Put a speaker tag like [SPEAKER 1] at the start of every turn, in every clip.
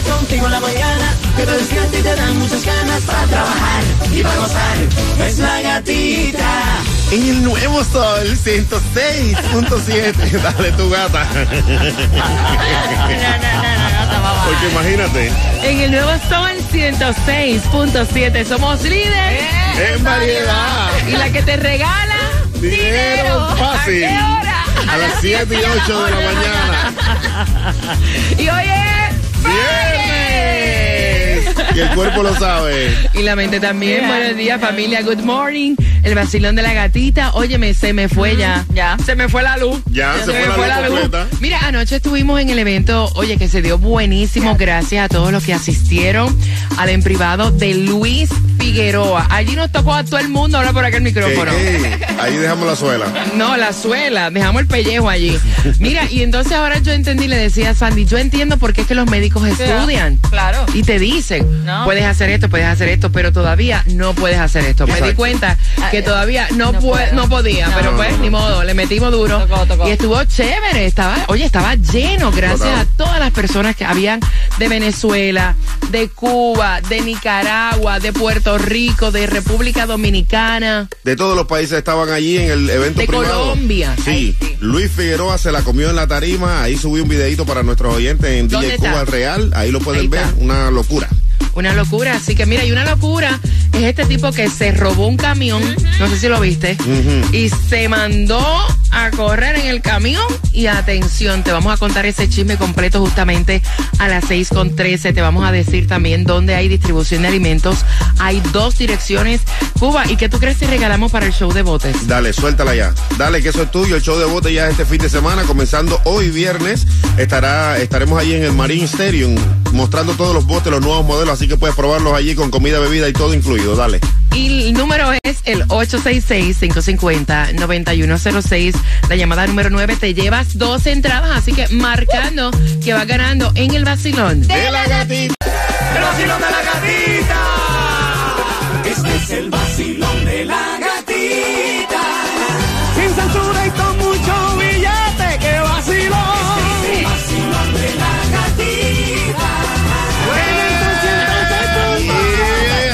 [SPEAKER 1] contigo en la mañana que te despierta y te da muchas ganas para trabajar y para gozar. Es la gatita.
[SPEAKER 2] En el nuevo sol 106.7. Dale tu gata. Porque imagínate,
[SPEAKER 3] En el nuevo Sol 106.7 somos líderes
[SPEAKER 2] en variedad,
[SPEAKER 3] y la que te regala
[SPEAKER 2] dinero fácil.
[SPEAKER 3] ¿a qué hora?
[SPEAKER 2] A las 7 y 8 de la mañana.
[SPEAKER 3] y oye
[SPEAKER 2] Viernes. Que el cuerpo lo sabe.
[SPEAKER 3] y la mente también. Buenos días familia, good morning. El vacilón de la gatita, óyeme, se me fue ya. Ya. Se me fue la luz.
[SPEAKER 2] Ya, se fue la luz completa.
[SPEAKER 3] Mira, anoche estuvimos en el evento, oye, que se dio buenísimo. Gracias a todos los que asistieron al en privado de Luis Figueroa. Allí nos tocó a todo el mundo ahora por acá el
[SPEAKER 2] Que-
[SPEAKER 3] micrófono.
[SPEAKER 2] que ahí dejamos la suela.
[SPEAKER 3] No, la suela, dejamos el pellejo allí. Mira, y entonces ahora yo entendí, le decía a Sandy, yo entiendo por qué es que los médicos estudian.
[SPEAKER 4] Claro.
[SPEAKER 3] Y te dicen,
[SPEAKER 4] No.
[SPEAKER 3] puedes hacer esto, puedes hacer esto, pero todavía no puedes hacer esto. Me di
[SPEAKER 2] Exacto.
[SPEAKER 3] cuenta que
[SPEAKER 4] Ah,
[SPEAKER 3] todavía no,
[SPEAKER 4] no
[SPEAKER 3] pue-
[SPEAKER 4] puedo.
[SPEAKER 3] no podía,
[SPEAKER 4] No.
[SPEAKER 3] pero pues ni modo, le metimos duro.
[SPEAKER 4] Tocó, tocó.
[SPEAKER 3] Y estuvo chévere, estaba, oye, estaba lleno, gracias
[SPEAKER 2] Total.
[SPEAKER 3] a todas las personas que habían de Venezuela, de Cuba, de Nicaragua, de Puerto Rico, de República Dominicana.
[SPEAKER 2] De todos los países estaban allí en el evento
[SPEAKER 3] De
[SPEAKER 2] privado.
[SPEAKER 3] Colombia.
[SPEAKER 2] Sí. Luis Figueroa se la comió en la tarima. Ahí subí un videito para nuestros oyentes en
[SPEAKER 3] ¿Dónde
[SPEAKER 2] DJ
[SPEAKER 3] está?
[SPEAKER 2] Cuba Real. Ahí lo pueden
[SPEAKER 3] Ahí
[SPEAKER 2] ver.
[SPEAKER 3] está.
[SPEAKER 2] Una locura.
[SPEAKER 3] Una locura. Así que mira, y una locura es este tipo que se robó un camión, no sé si lo viste, y se mandó a correr en el camión. Y atención, te vamos a contar ese chisme completo justamente a las 6.13. Te vamos a decir también dónde hay distribución de alimentos. Hay dos direcciones, Cuba. ¿Y qué tú crees si regalamos para el show de botes?
[SPEAKER 2] Dale, suéltala ya. Dale, que eso es tuyo. El show de bote ya es este fin de semana, comenzando hoy viernes. Estará, estaremos allí en el Marine Stadium mostrando todos los botes, los nuevos modelos. Así que puedes probarlos allí con comida, bebida y todo incluido. Dale.
[SPEAKER 3] Y el número es el 866-550-9106. La llamada número 9 te llevas dos entradas, así que marcando que va ganando en el vacilón.
[SPEAKER 2] De la gatita.
[SPEAKER 1] El vacilón de la gatita. Este es el vacilón de la gatita. Sin censura y con mucho billete, que vacilón. Este es el vacilón de la gatita.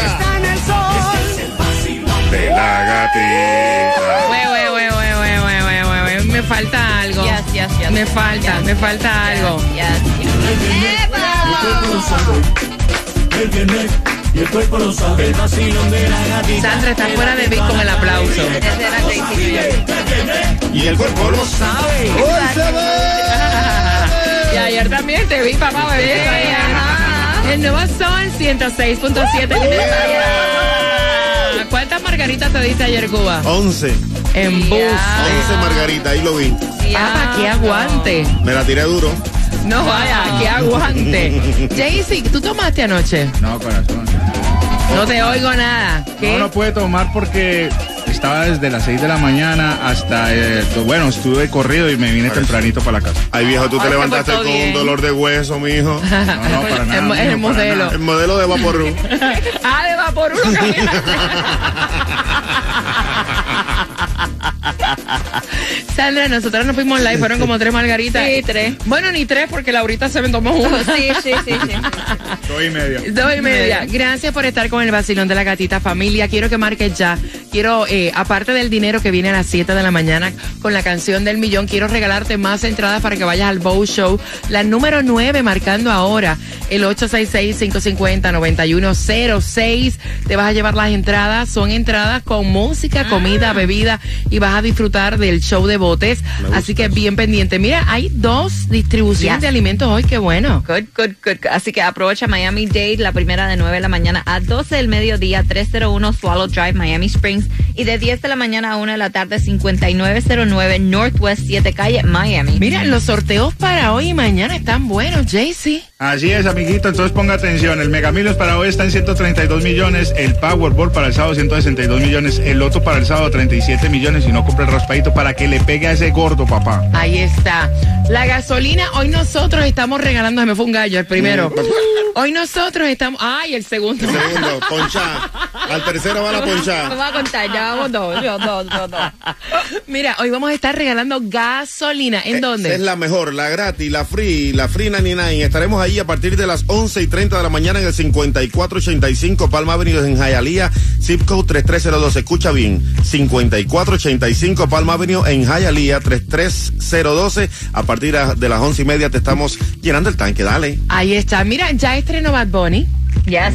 [SPEAKER 1] Está en el sol. Este es el vacilón
[SPEAKER 2] De la gatita.
[SPEAKER 3] Güey, güey, güey, güey, güey, güey, güey, güey, güey. Me falta algo.
[SPEAKER 4] Yes, yes, yes.
[SPEAKER 3] Me falta, me falta algo.
[SPEAKER 1] El viernes y el cuerpo lo sabe. El vacilón de la gatita.
[SPEAKER 3] Sandra está fuera de beat con el aplauso.
[SPEAKER 2] Y el cuerpo lo sabe. Hoy se ve.
[SPEAKER 3] Y ayer también te vi, papá, bebé. El nuevo sol 106.7. ¿Cuántas margaritas te diste ayer, Cuba?
[SPEAKER 2] 11. 11
[SPEAKER 3] En bus.
[SPEAKER 2] Margarita, ahí lo vi.
[SPEAKER 3] Ah, que aguante.
[SPEAKER 2] Me la tiré duro.
[SPEAKER 4] Ah.
[SPEAKER 3] No vaya, que aguante. Jaycee, ¿tú tomaste anoche?
[SPEAKER 5] No, corazón.
[SPEAKER 3] No te oigo nada.
[SPEAKER 5] No
[SPEAKER 3] ¿Qué?
[SPEAKER 5] lo puede tomar porque estaba desde las 6 de la mañana hasta... eh, bueno, estuve corrido y me vine tempranito para la casa.
[SPEAKER 2] Ay, viejo, tú
[SPEAKER 3] Ay,
[SPEAKER 2] te
[SPEAKER 3] se
[SPEAKER 2] levantaste
[SPEAKER 3] portó
[SPEAKER 2] con un
[SPEAKER 3] bien.
[SPEAKER 2] dolor de hueso, mijo.
[SPEAKER 5] No, no, para nada.
[SPEAKER 3] El mo-
[SPEAKER 5] mijo,
[SPEAKER 3] el
[SPEAKER 5] para
[SPEAKER 3] modelo.
[SPEAKER 5] nada.
[SPEAKER 2] El modelo de Vaporru.
[SPEAKER 3] Ah, de vapor uno camina. Sandra, nosotros nos fuimos live, fueron como tres margaritas.
[SPEAKER 4] Sí, tres.
[SPEAKER 3] Bueno, ni tres porque Laurita se me tomó una.
[SPEAKER 4] Sí, sí, sí, sí.
[SPEAKER 5] Dos y media.
[SPEAKER 3] Dos y media. Gracias por estar con el vacilón de la gatita familia. Quiero que marques ya. Quiero, eh, aparte del dinero que viene a las 7 de la mañana con la canción del millón, quiero regalarte más entradas para que vayas al Bow Show. La número 9, marcando ahora el 866-550-9106. Te vas a llevar las entradas. Son entradas con música, comida, bebida y vas a disfrutar disfrutar del show de botes. Así que bien pendiente. Mira, hay dos distribuciones
[SPEAKER 4] Yes.
[SPEAKER 3] de alimentos hoy, qué bueno.
[SPEAKER 4] Good, good, good. Así que aprovecha Miami Dade, la primera de 9 de la mañana a 12 del mediodía, 301 Swallow Drive, Miami Springs. Y de 10 de la mañana a 1 de la tarde, 5909 Northwest 7 Calle, Miami.
[SPEAKER 3] Mira, los sorteos para hoy y mañana están buenos, Jaycee.
[SPEAKER 5] Así es, amiguito. Entonces ponga atención. El Megamilos para hoy está en 132 millones. El Powerball para el sábado 162 millones. El Loto para el sábado 37 millones. Y no compre el raspadito para que le pegue a ese gordo, papá.
[SPEAKER 3] Ahí está. La gasolina, hoy nosotros estamos regalando, se me fue un gallo el
[SPEAKER 2] Mm.
[SPEAKER 3] primero. Hoy nosotros estamos, ay, el segundo.
[SPEAKER 2] Segundo, ponchá. Al tercero va la ponchá.
[SPEAKER 4] Vamos a contar, ya vamos dos, yo, dos, dos, dos.
[SPEAKER 3] Mira, hoy vamos a estar regalando gasolina. ¿En dónde?
[SPEAKER 2] Esa Es la mejor, la gratis, la free, la free 99. Estaremos ahí a partir de las 11 y 30 de la mañana en el 5485 Palma Avenue en Hialeah, zip code 3302. Escucha bien, 5485 Palma Avenue en Hialeah, 33012. A partir a- de las 11 y media te estamos llenando el tanque, dale.
[SPEAKER 3] Ahí está. Mira, ya estrenó Bad Bunny.
[SPEAKER 4] Yes.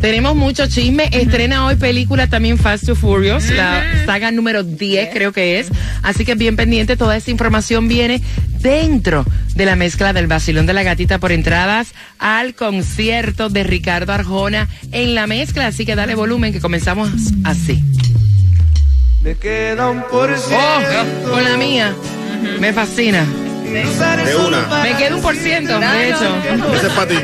[SPEAKER 3] Tenemos mucho chisme. Estrena hoy película también Fast to Furious, la saga número 10 creo que es. Así que bien pendiente, toda esta información viene dentro de la mezcla del vacilón de la gatita por entradas al concierto de Ricardo Arjona en la mezcla. Así que dale volumen que comenzamos así.
[SPEAKER 6] Me queda un por
[SPEAKER 3] Oh,
[SPEAKER 6] ciento.
[SPEAKER 3] con la mía. Me fascina.
[SPEAKER 6] Pensar
[SPEAKER 2] De
[SPEAKER 6] solo
[SPEAKER 2] una.
[SPEAKER 6] para
[SPEAKER 3] Me queda un por ciento, de hecho.
[SPEAKER 2] Ese es para ti.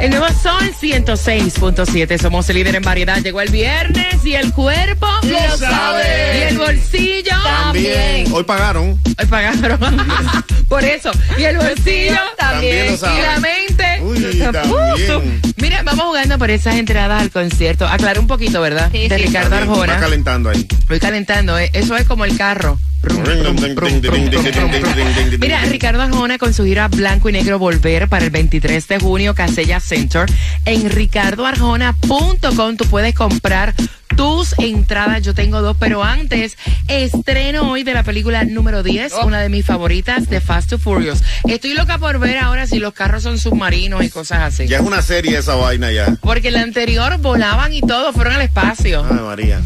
[SPEAKER 3] El nuevo Sol 106.7. Somos el líder en variedad. Llegó el viernes y el cuerpo lo sabe. Y el bolsillo
[SPEAKER 2] Bien. Hoy pagaron.
[SPEAKER 3] Ay, pagaron. Por eso. Y el bolsillo
[SPEAKER 2] También lo sabe.
[SPEAKER 3] Y la mente.
[SPEAKER 2] Uy, también.
[SPEAKER 3] Mira, vamos jugando por esas entradas al concierto. Aclara un poquito, ¿verdad?
[SPEAKER 4] Sí,
[SPEAKER 3] de
[SPEAKER 4] sí.
[SPEAKER 3] Ricardo
[SPEAKER 2] Está bien, Va
[SPEAKER 3] Arjona.
[SPEAKER 2] calentando ahí.
[SPEAKER 3] Voy calentando. ¿eh? Eso es como el carro. Rum, rum, rum, rum, rum, rum. Mira, Ricardo Arjona con su gira Blanco y Negro Volver para el 23 de junio, Casella Center. En ricardoarjona.com tú puedes comprar tus entradas. Yo tengo dos, pero antes, estreno hoy de la película número 10, una de mis favoritas, de Fast to Furious. Estoy loca por ver ahora si los carros son submarinos y cosas así.
[SPEAKER 2] Ya es una serie esa vaina ya.
[SPEAKER 3] Porque la anterior volaban y todo, fueron al espacio.
[SPEAKER 2] Ay, María.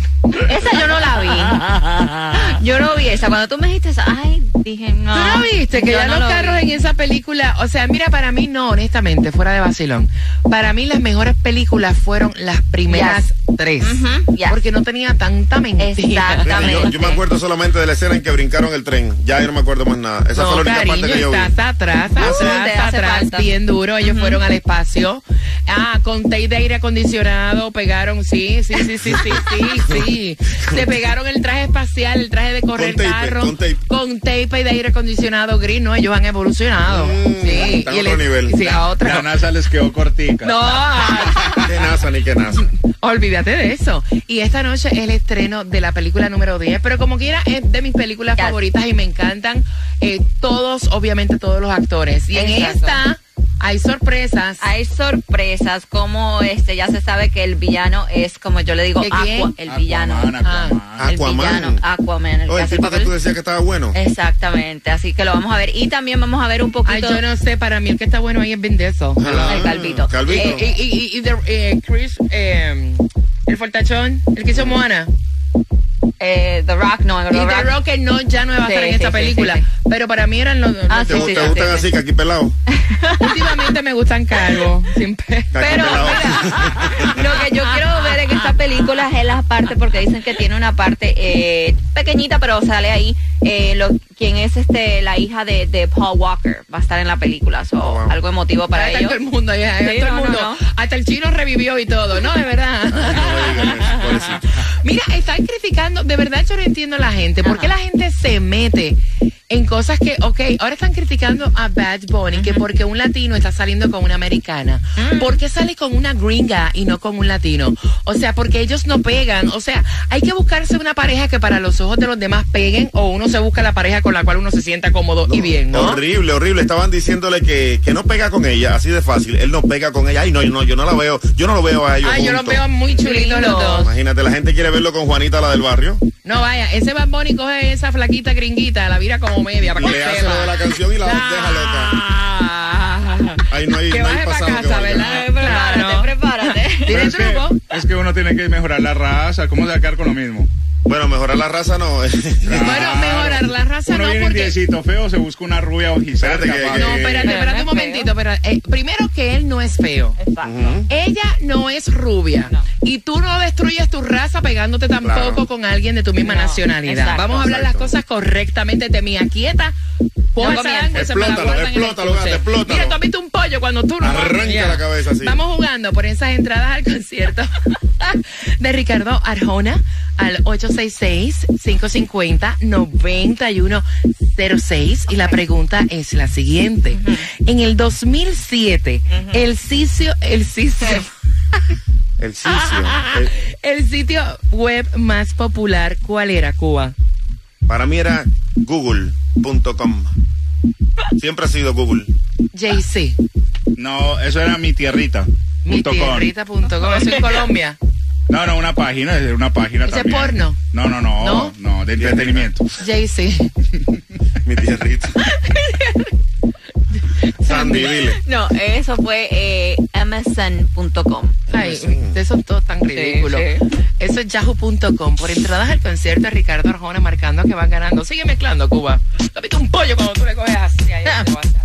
[SPEAKER 4] Esa yo no la vi. Yo no vi esa. Cuando tú me dijiste esa, ay, dije no.
[SPEAKER 3] ¿Tú no viste que
[SPEAKER 4] Yo
[SPEAKER 3] ya
[SPEAKER 4] no
[SPEAKER 3] los
[SPEAKER 4] lo
[SPEAKER 3] carros
[SPEAKER 4] vi.
[SPEAKER 3] en esa película, o sea, mira, para mí no, honestamente, fuera de vacilón, para mí las mejores películas fueron las primeras tres,
[SPEAKER 4] Ujú, yes.
[SPEAKER 3] porque no tenía tanta mentira.
[SPEAKER 4] Exacto.
[SPEAKER 2] Fíjate, Yo, yo me acuerdo solamente de la escena en que brincaron el tren. Ya yo no me acuerdo más nada. Esa
[SPEAKER 3] No,
[SPEAKER 2] fue la única
[SPEAKER 3] cariño,
[SPEAKER 2] parte que yo vi.
[SPEAKER 3] estás atrás,
[SPEAKER 4] sí.
[SPEAKER 3] atrás,
[SPEAKER 4] Te hace
[SPEAKER 3] atrás,
[SPEAKER 4] falta.
[SPEAKER 3] bien duro. Ellos fueron al espacio. Ah, con tape de aire acondicionado, pegaron, sí, sí, sí, sí, sí, sí, sí. Se pegaron el traje espacial, el traje de correr
[SPEAKER 2] Con tape,
[SPEAKER 3] carro.
[SPEAKER 2] con tape.
[SPEAKER 3] con tape de aire acondicionado gris, no, ellos han evolucionado.
[SPEAKER 2] Mm,
[SPEAKER 3] sí.
[SPEAKER 2] están
[SPEAKER 3] y
[SPEAKER 2] a otro
[SPEAKER 3] el-
[SPEAKER 2] nivel.
[SPEAKER 3] Sí, a otro.
[SPEAKER 5] La NASA les quedó cortica.
[SPEAKER 3] No, ay,
[SPEAKER 2] Que NASA ni que NASA.
[SPEAKER 3] olvídate de eso. Y esta noche es el estreno de la película número 10, pero como quiera es de mis películas
[SPEAKER 4] Ya.
[SPEAKER 3] favoritas y me encantan eh, todos, obviamente todos los actores. Y en
[SPEAKER 4] Exacto.
[SPEAKER 3] esta hay sorpresas.
[SPEAKER 4] Hay sorpresas, como este, ya se sabe que el villano es, como yo le digo,
[SPEAKER 3] ¿De quién?
[SPEAKER 4] Aqua, el villano.
[SPEAKER 5] Aquaman,
[SPEAKER 3] Ah.
[SPEAKER 5] Aquaman.
[SPEAKER 4] El
[SPEAKER 2] Aquaman.
[SPEAKER 4] villano, Aquaman, el que
[SPEAKER 2] Oye, el
[SPEAKER 4] hace el
[SPEAKER 2] tipo que
[SPEAKER 4] papel. Eh,
[SPEAKER 2] tú decías que estaba bueno.
[SPEAKER 4] Exactamente, así que lo vamos a ver. Y también vamos a ver un
[SPEAKER 3] Ay,
[SPEAKER 4] poquito
[SPEAKER 3] yo no sé, para mí el que está bueno ahí es Vin Diesel.
[SPEAKER 2] Ah,
[SPEAKER 4] el Calvito.
[SPEAKER 2] Calvito.
[SPEAKER 3] Eh, y, y- y- y de- eh, Chris, eh, el fortachón, el que hizo Moana.
[SPEAKER 4] eh, The Rock, no, The
[SPEAKER 3] Y
[SPEAKER 4] Rock.
[SPEAKER 3] The Rock que no, ya no va a
[SPEAKER 4] Sí,
[SPEAKER 3] estar en
[SPEAKER 4] sí,
[SPEAKER 3] esta
[SPEAKER 4] sí,
[SPEAKER 3] película.
[SPEAKER 4] sí,
[SPEAKER 3] Pero para mí eran los dos.
[SPEAKER 4] Ah,
[SPEAKER 2] ¿Te,
[SPEAKER 4] sí,
[SPEAKER 2] gu-
[SPEAKER 4] sí,
[SPEAKER 2] te
[SPEAKER 4] sí,
[SPEAKER 2] gustan
[SPEAKER 4] sí,
[SPEAKER 2] así,
[SPEAKER 4] sí.
[SPEAKER 2] que aquí pelado?
[SPEAKER 3] Últimamente me gustan calvos. sin pe-
[SPEAKER 2] Que aquí
[SPEAKER 4] Pero
[SPEAKER 2] pelado.
[SPEAKER 4] mira, lo que yo quiero ver en esta película es la parte, porque dicen que tiene una parte eh, pequeñita, pero sale ahí eh, lo, quien es este la hija de, de Paul Walker. Va a estar en la película, so,
[SPEAKER 2] Oh, wow.
[SPEAKER 4] algo emotivo para
[SPEAKER 3] Ahí está
[SPEAKER 4] ellos.
[SPEAKER 3] todo el mundo, ahí está
[SPEAKER 4] Sí,
[SPEAKER 3] todo el
[SPEAKER 4] no, no,
[SPEAKER 3] mundo.
[SPEAKER 4] no.
[SPEAKER 3] Hasta el chino revivió y todo, ¿no? De
[SPEAKER 2] Ay, no me digan eso,
[SPEAKER 3] verdad.
[SPEAKER 2] pobrecito.
[SPEAKER 3] Mira, están criticando, de verdad yo no entiendo a la gente. ¿Por qué la gente se mete en cosas que, ok, ahora están criticando a Bad Bunny, que porque un latino está saliendo con una americana, ¿por qué sale con una gringa y no con un latino? O sea, porque ellos no pegan. O sea, hay que buscarse una pareja que para los ojos de los demás peguen o uno se busca la pareja con la cual uno se sienta cómodo y bien, ¿no?
[SPEAKER 2] Horrible, horrible. Estaban diciéndole que, que no pega con ella, así de fácil. Él no pega con ella. Ay, no, yo no, yo no la veo. Yo no lo veo a ellos.
[SPEAKER 3] Ay, Ah, yo los
[SPEAKER 2] juntos.
[SPEAKER 3] veo muy chulitos los
[SPEAKER 4] Lindo.
[SPEAKER 3] dos.
[SPEAKER 2] Imagínate, la gente quiere verlo con Juanita, la del barrio.
[SPEAKER 3] No vaya, ese Bad Bunny coge esa flaquita gringuita, la vira como media. Para
[SPEAKER 2] Y
[SPEAKER 3] que
[SPEAKER 2] le hace
[SPEAKER 3] sepa.
[SPEAKER 2] lo de la canción y la deja loca.
[SPEAKER 3] Ah.
[SPEAKER 2] Ahí no hay-
[SPEAKER 3] que
[SPEAKER 2] no hay
[SPEAKER 3] baje pa'
[SPEAKER 2] pasado que
[SPEAKER 3] casa,
[SPEAKER 2] valga.
[SPEAKER 3] ¿verdad?
[SPEAKER 4] Prepárate,
[SPEAKER 3] Claro.
[SPEAKER 4] prepárate.
[SPEAKER 3] ¿Tiene
[SPEAKER 5] Pero es,
[SPEAKER 3] truco?
[SPEAKER 5] que, es que uno tiene que mejorar la raza. ¿Cómo sacar con lo mismo?
[SPEAKER 2] Bueno, mejorar la raza no. Espérate
[SPEAKER 3] Bueno, mejorar la raza
[SPEAKER 5] Uno
[SPEAKER 3] no,
[SPEAKER 5] viene en
[SPEAKER 3] porque.
[SPEAKER 5] diecito feo, se busca una rubia ojizarca.
[SPEAKER 2] que-
[SPEAKER 5] pa,
[SPEAKER 2] que-
[SPEAKER 3] No, espérate,
[SPEAKER 4] No, no
[SPEAKER 3] espérate
[SPEAKER 4] es
[SPEAKER 3] un momentito.
[SPEAKER 4] feo.
[SPEAKER 3] Pero, eh, primero que él no es feo. Ella no es rubia.
[SPEAKER 4] No.
[SPEAKER 3] Y tú no destruyes tu raza pegándote tampoco
[SPEAKER 2] Claro.
[SPEAKER 3] con alguien de tu misma
[SPEAKER 4] No,
[SPEAKER 3] nacionalidad.
[SPEAKER 4] exacto.
[SPEAKER 3] Vamos a hablar
[SPEAKER 2] Exacto.
[SPEAKER 3] las cosas correctamente. Te me aquieta. Pon
[SPEAKER 4] No
[SPEAKER 3] esa
[SPEAKER 4] comienza.
[SPEAKER 3] langosta, me la
[SPEAKER 2] Explótalo,
[SPEAKER 3] guardan en el
[SPEAKER 2] explótalo,
[SPEAKER 3] closet.
[SPEAKER 2] gata, explótalo.
[SPEAKER 3] Mira, tú has visto un pollo cuando tú no.
[SPEAKER 2] Arranca
[SPEAKER 3] Ya.
[SPEAKER 2] la cabeza así.
[SPEAKER 3] Vamos jugando por esas entradas al concierto de Ricardo Arjona al 866-550-9106. Y la pregunta es la siguiente. En el 2007, el sitio, el sitio,
[SPEAKER 2] El sicio. El-
[SPEAKER 3] el sitio web más popular, ¿cuál era, Cuba?
[SPEAKER 2] para mí era google.com. Siempre ha sido Google.
[SPEAKER 3] JC.
[SPEAKER 5] No, eso era mi tierrita.
[SPEAKER 3] Mi
[SPEAKER 5] punto com.
[SPEAKER 3] tierrita.com. Eso en Colombia.
[SPEAKER 5] No, no, una página, es una página
[SPEAKER 3] ¿Ese es
[SPEAKER 5] también.
[SPEAKER 3] porno?
[SPEAKER 5] No, no, no,
[SPEAKER 3] ¿No?
[SPEAKER 5] no, de entretenimiento.
[SPEAKER 3] JC.
[SPEAKER 2] Mi tierrita. Sandy, dile.
[SPEAKER 4] No, eso fue eh, amazon.com.
[SPEAKER 3] Ay, ustedes son todos tan ridículos. Eso es yahoo.com. Por entradas al concierto de Ricardo Arjona marcando que van ganando. Sigue mezclando, Cuba. Lo pito un pollo cuando tú le coges así. ahí en el WhatsApp.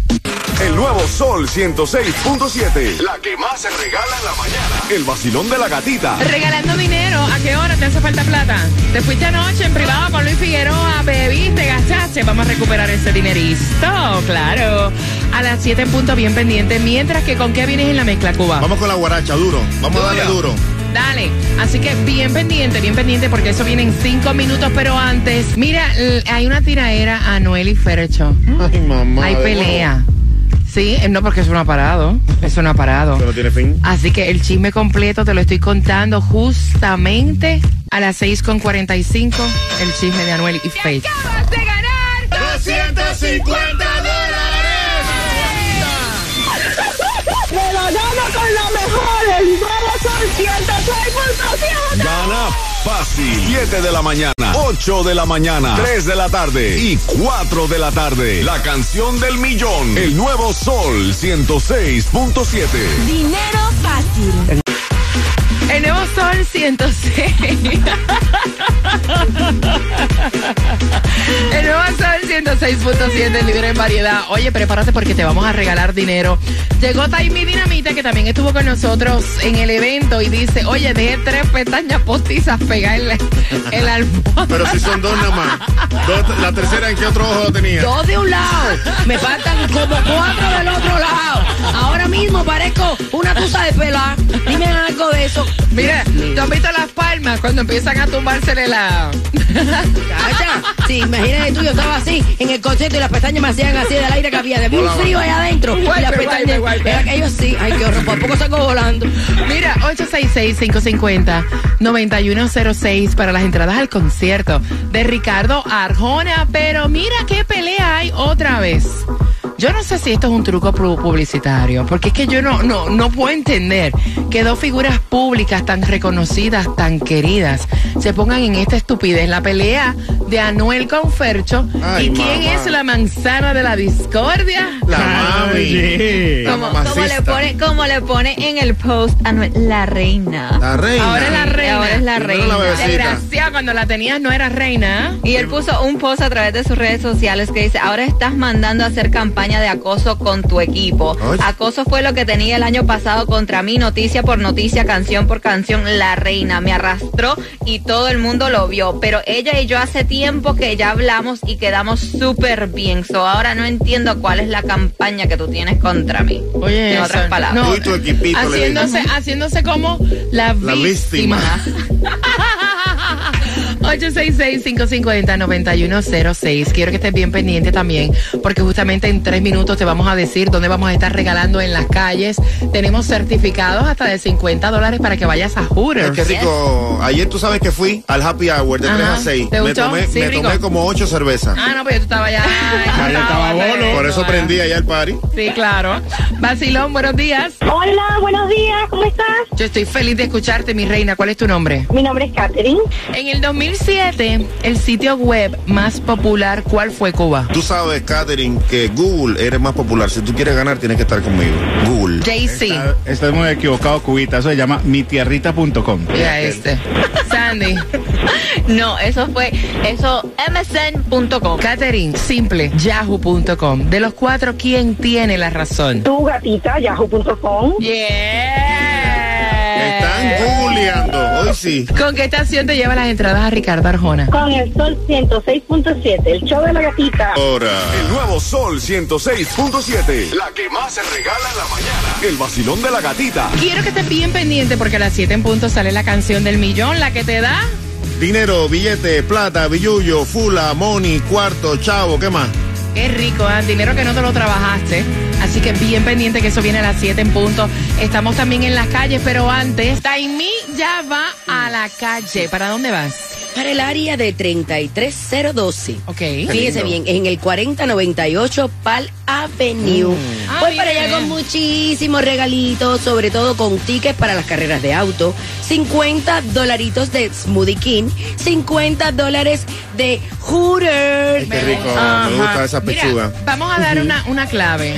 [SPEAKER 7] El nuevo Sol 106.7. La que más se regala en la mañana. El vacilón de la gatita.
[SPEAKER 3] Regalando dinero. ¿A qué hora te hace falta plata? Te fuiste anoche en privado con Luis Figueroa. Bebiste, gastaste. Vamos a recuperar ese dinerito. Claro. A las 7 en punto, bien pendiente. Mientras que, ¿con qué vienes en la mezcla, Cuba?
[SPEAKER 2] Vamos con la guaracha, duro. Vamos a darle duro.
[SPEAKER 3] Dale, así que bien pendiente, bien pendiente, porque eso viene en cinco minutos, pero antes, mira, l- hay una tiraera a Noel y Fercho.
[SPEAKER 2] Ay, mamá.
[SPEAKER 3] hay
[SPEAKER 2] de nuevo.
[SPEAKER 3] pelea. Sí, eh, no, porque eso no ha parado, eso no ha parado.
[SPEAKER 2] Pero tiene fin.
[SPEAKER 3] Así que el chisme completo te lo estoy contando justamente a las 6.45, el chisme de Anuel y Fercho.
[SPEAKER 2] ¡250 dólares!
[SPEAKER 7] Gana fácil. 7 de la mañana, 8 de la mañana, 3 de la tarde y 4 de la tarde. La canción del millón. El nuevo Sol 106.7.
[SPEAKER 8] Dinero fácil.
[SPEAKER 3] El nuevo sol 106. El nuevo sol 106.7, libre en variedad. Oye, prepárate porque te vamos a regalar dinero. Llegó Taimi Dinamita, que también estuvo con nosotros en el evento, y dice: Oye, dejé tres pestañas postizas pegarle el alfombra.
[SPEAKER 2] Pero si son dos nada más. Dos- la tercera, ¿en qué otro ojo tenía?
[SPEAKER 8] Dos de un lado. Me faltan como cuatro del otro lado.
[SPEAKER 3] Ah,
[SPEAKER 8] Ahora mismo parezco una tusa de pelar. Dime algo de eso.
[SPEAKER 3] Mira, ¿tú has visto las palmas cuando empiezan a tumbársele la.
[SPEAKER 8] Cacha. Sí, imagínate tú, yo estaba así en el concierto y las pestañas me hacían así del aire que había. De un
[SPEAKER 2] Volaba.
[SPEAKER 8] frío allá adentro. Y las
[SPEAKER 3] Guaype, guaype,
[SPEAKER 8] pestañas.
[SPEAKER 3] guaype.
[SPEAKER 8] Era que ellos sí. Ay, qué horror. Por poco salgo volando.
[SPEAKER 3] Mira, 866-550-9106 para las entradas al concierto de Ricardo Arjona. Pero mira qué pelea hay otra vez. Yo no sé si esto es un truco pu- publicitario, porque es que yo no, no, no puedo entender que dos figuras públicas tan reconocidas, tan queridas, se pongan en esta estupidez. La pelea de Anuel con Fercho.
[SPEAKER 2] Ay,
[SPEAKER 3] ¿Y quién
[SPEAKER 2] mamá.
[SPEAKER 3] es la manzana de la discordia?
[SPEAKER 2] La
[SPEAKER 5] Ay,
[SPEAKER 2] mami.
[SPEAKER 5] sí.
[SPEAKER 2] La
[SPEAKER 4] Como, como le
[SPEAKER 2] mamacista.
[SPEAKER 4] pone, como le pone en el post a Noel, la reina.
[SPEAKER 2] La reina.
[SPEAKER 3] Ahora es la reina.
[SPEAKER 4] Ahora es la
[SPEAKER 2] Primero la
[SPEAKER 4] reina.
[SPEAKER 2] bebecita.
[SPEAKER 3] Desgraciada, cuando la tenías no era reina. ¿eh?
[SPEAKER 4] Y él puso un post a través de sus redes sociales que dice, ahora estás mandando a hacer campaña de acoso con tu equipo.
[SPEAKER 2] Ay.
[SPEAKER 4] Acoso fue lo que tenía el año pasado contra mí, noticia por noticia, canción por canción, la reina me arrastró y todo el mundo lo vio. Pero ella y yo hace tiempo que ya hablamos y quedamos súper bien. So ahora no entiendo cuál es la campaña que tú tienes contra mí.
[SPEAKER 3] Oye,
[SPEAKER 4] en otras
[SPEAKER 3] eso,
[SPEAKER 4] palabras.
[SPEAKER 2] Tú y tu equipito, le
[SPEAKER 3] haciéndose, haciéndose como la,
[SPEAKER 2] La
[SPEAKER 3] víctima.
[SPEAKER 2] víctima.
[SPEAKER 3] 866-550-9106. Quiero que estés bien pendiente también, porque justamente en tres minutos te vamos a decir dónde vamos a estar regalando en las calles. Tenemos certificados hasta de 50 dólares para que vayas a
[SPEAKER 2] Ay,
[SPEAKER 3] Hooters.
[SPEAKER 2] qué rico. Ayer tú sabes que fui al happy hour de
[SPEAKER 3] Ajá.
[SPEAKER 2] 3 a 6.
[SPEAKER 3] ¿Te
[SPEAKER 2] Me
[SPEAKER 3] gustó?
[SPEAKER 2] tomé,
[SPEAKER 3] Sí,
[SPEAKER 2] me
[SPEAKER 3] rico.
[SPEAKER 2] tomé como 8 cervezas. Oh,
[SPEAKER 3] Ah, no, pero yo estaba ya.
[SPEAKER 5] Ah, yo estaba bolo.
[SPEAKER 2] Por eso prendí allá el party.
[SPEAKER 3] Sí, claro. Basilón, buenos días.
[SPEAKER 9] Hola, buenos días, ¿cómo estás?
[SPEAKER 3] Yo estoy feliz de escucharte, mi reina. ¿Cuál es tu nombre?
[SPEAKER 9] Mi nombre es Katherine.
[SPEAKER 3] En el 2007 2007, el sitio web más popular, ¿cuál fue Cuba?
[SPEAKER 2] Tú sabes, Katherine, que Google eres más popular. Si tú quieres ganar, tienes que estar conmigo. Google.
[SPEAKER 3] Jay-Z.
[SPEAKER 5] Está- Estás muy equivocado, Cubita. Eso se llama mitierrita.com.
[SPEAKER 3] Mira este. Sandy.
[SPEAKER 4] No, eso fue, eso, msn.com.
[SPEAKER 3] Catherine, simple, yahoo.com. De los cuatro, ¿quién tiene la razón?
[SPEAKER 9] Tu gatita, yahoo.com.
[SPEAKER 2] Están
[SPEAKER 3] Yeah.
[SPEAKER 2] googleando. Hoy sí.
[SPEAKER 3] ¿Con qué estación te lleva las entradas a Ricardo Arjona?
[SPEAKER 9] Con el sol 106.7, el show de la gatita.
[SPEAKER 2] Ahora.
[SPEAKER 7] El nuevo Sol 106.7. La que más se regala en la mañana. El vacilón de la gatita.
[SPEAKER 3] Quiero que estés bien pendiente porque a las 7 en punto sale la canción del millón, la que te da.
[SPEAKER 2] Dinero, billete, plata, billuyo, fula, money, cuarto, chavo, ¿qué más?
[SPEAKER 3] Qué rico, ¿eh? dinero que no te lo trabajaste. Así que bien pendiente que eso viene a las 7 en punto. Estamos también en las calles, pero antes, Taimí ya va a la calle. ¿Para dónde vas?
[SPEAKER 8] Para el área de 33012.
[SPEAKER 3] Ok.
[SPEAKER 8] Fíjese bien, en el 4098 Pal Avenue.
[SPEAKER 3] Ah,
[SPEAKER 8] Voy
[SPEAKER 3] bien.
[SPEAKER 8] para allá con muchísimos regalitos, sobre todo con tickets para las carreras de auto, 50 dolaritos de Smoothie King, 50 dólares de Hooters.
[SPEAKER 2] Qué rico.
[SPEAKER 8] Ajá.
[SPEAKER 2] Me gusta esa pechuga.
[SPEAKER 3] Mira, vamos a dar una, una clave.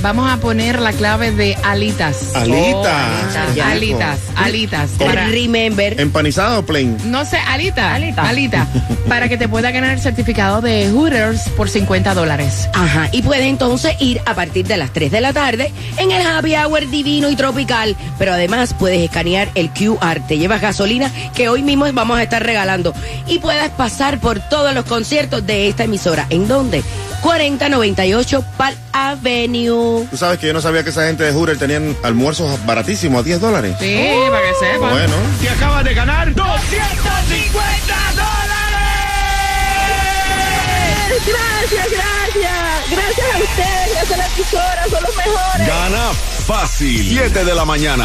[SPEAKER 3] Vamos a poner la clave de alitas.
[SPEAKER 2] Alitas.
[SPEAKER 3] Oh, alitas,
[SPEAKER 2] Qué rico.
[SPEAKER 3] alitas, alitas.
[SPEAKER 8] Pero
[SPEAKER 3] Para-
[SPEAKER 8] Remember.
[SPEAKER 2] ¿Empanizado o plain?
[SPEAKER 3] no sé, alitas.
[SPEAKER 4] Alitas.
[SPEAKER 3] Alitas. para que te pueda ganar el certificado de Hooters por 50 dólares.
[SPEAKER 8] Ajá, y puede entonces ir a partir de las 3 de la tarde en el happy hour divino y tropical. Pero además puedes escanear el QR, te llevas gasolina que hoy mismo vamos a estar regalando. Y puedes pasar por todos los conciertos de esta emisora. ¿En dónde? 4098 Pal Avenue.
[SPEAKER 2] Tú sabes que yo no sabía que esa gente de Hooter tenían almuerzos baratísimos, a 10 dólares.
[SPEAKER 3] Sí, Eh, para que sepa.
[SPEAKER 2] Bueno.
[SPEAKER 5] Te acabas de ganar 250
[SPEAKER 9] Gracias, gracias. Gracias a ustedes, gracias a la emisora, son los mejores.
[SPEAKER 7] Gana fácil. 7 de la mañana.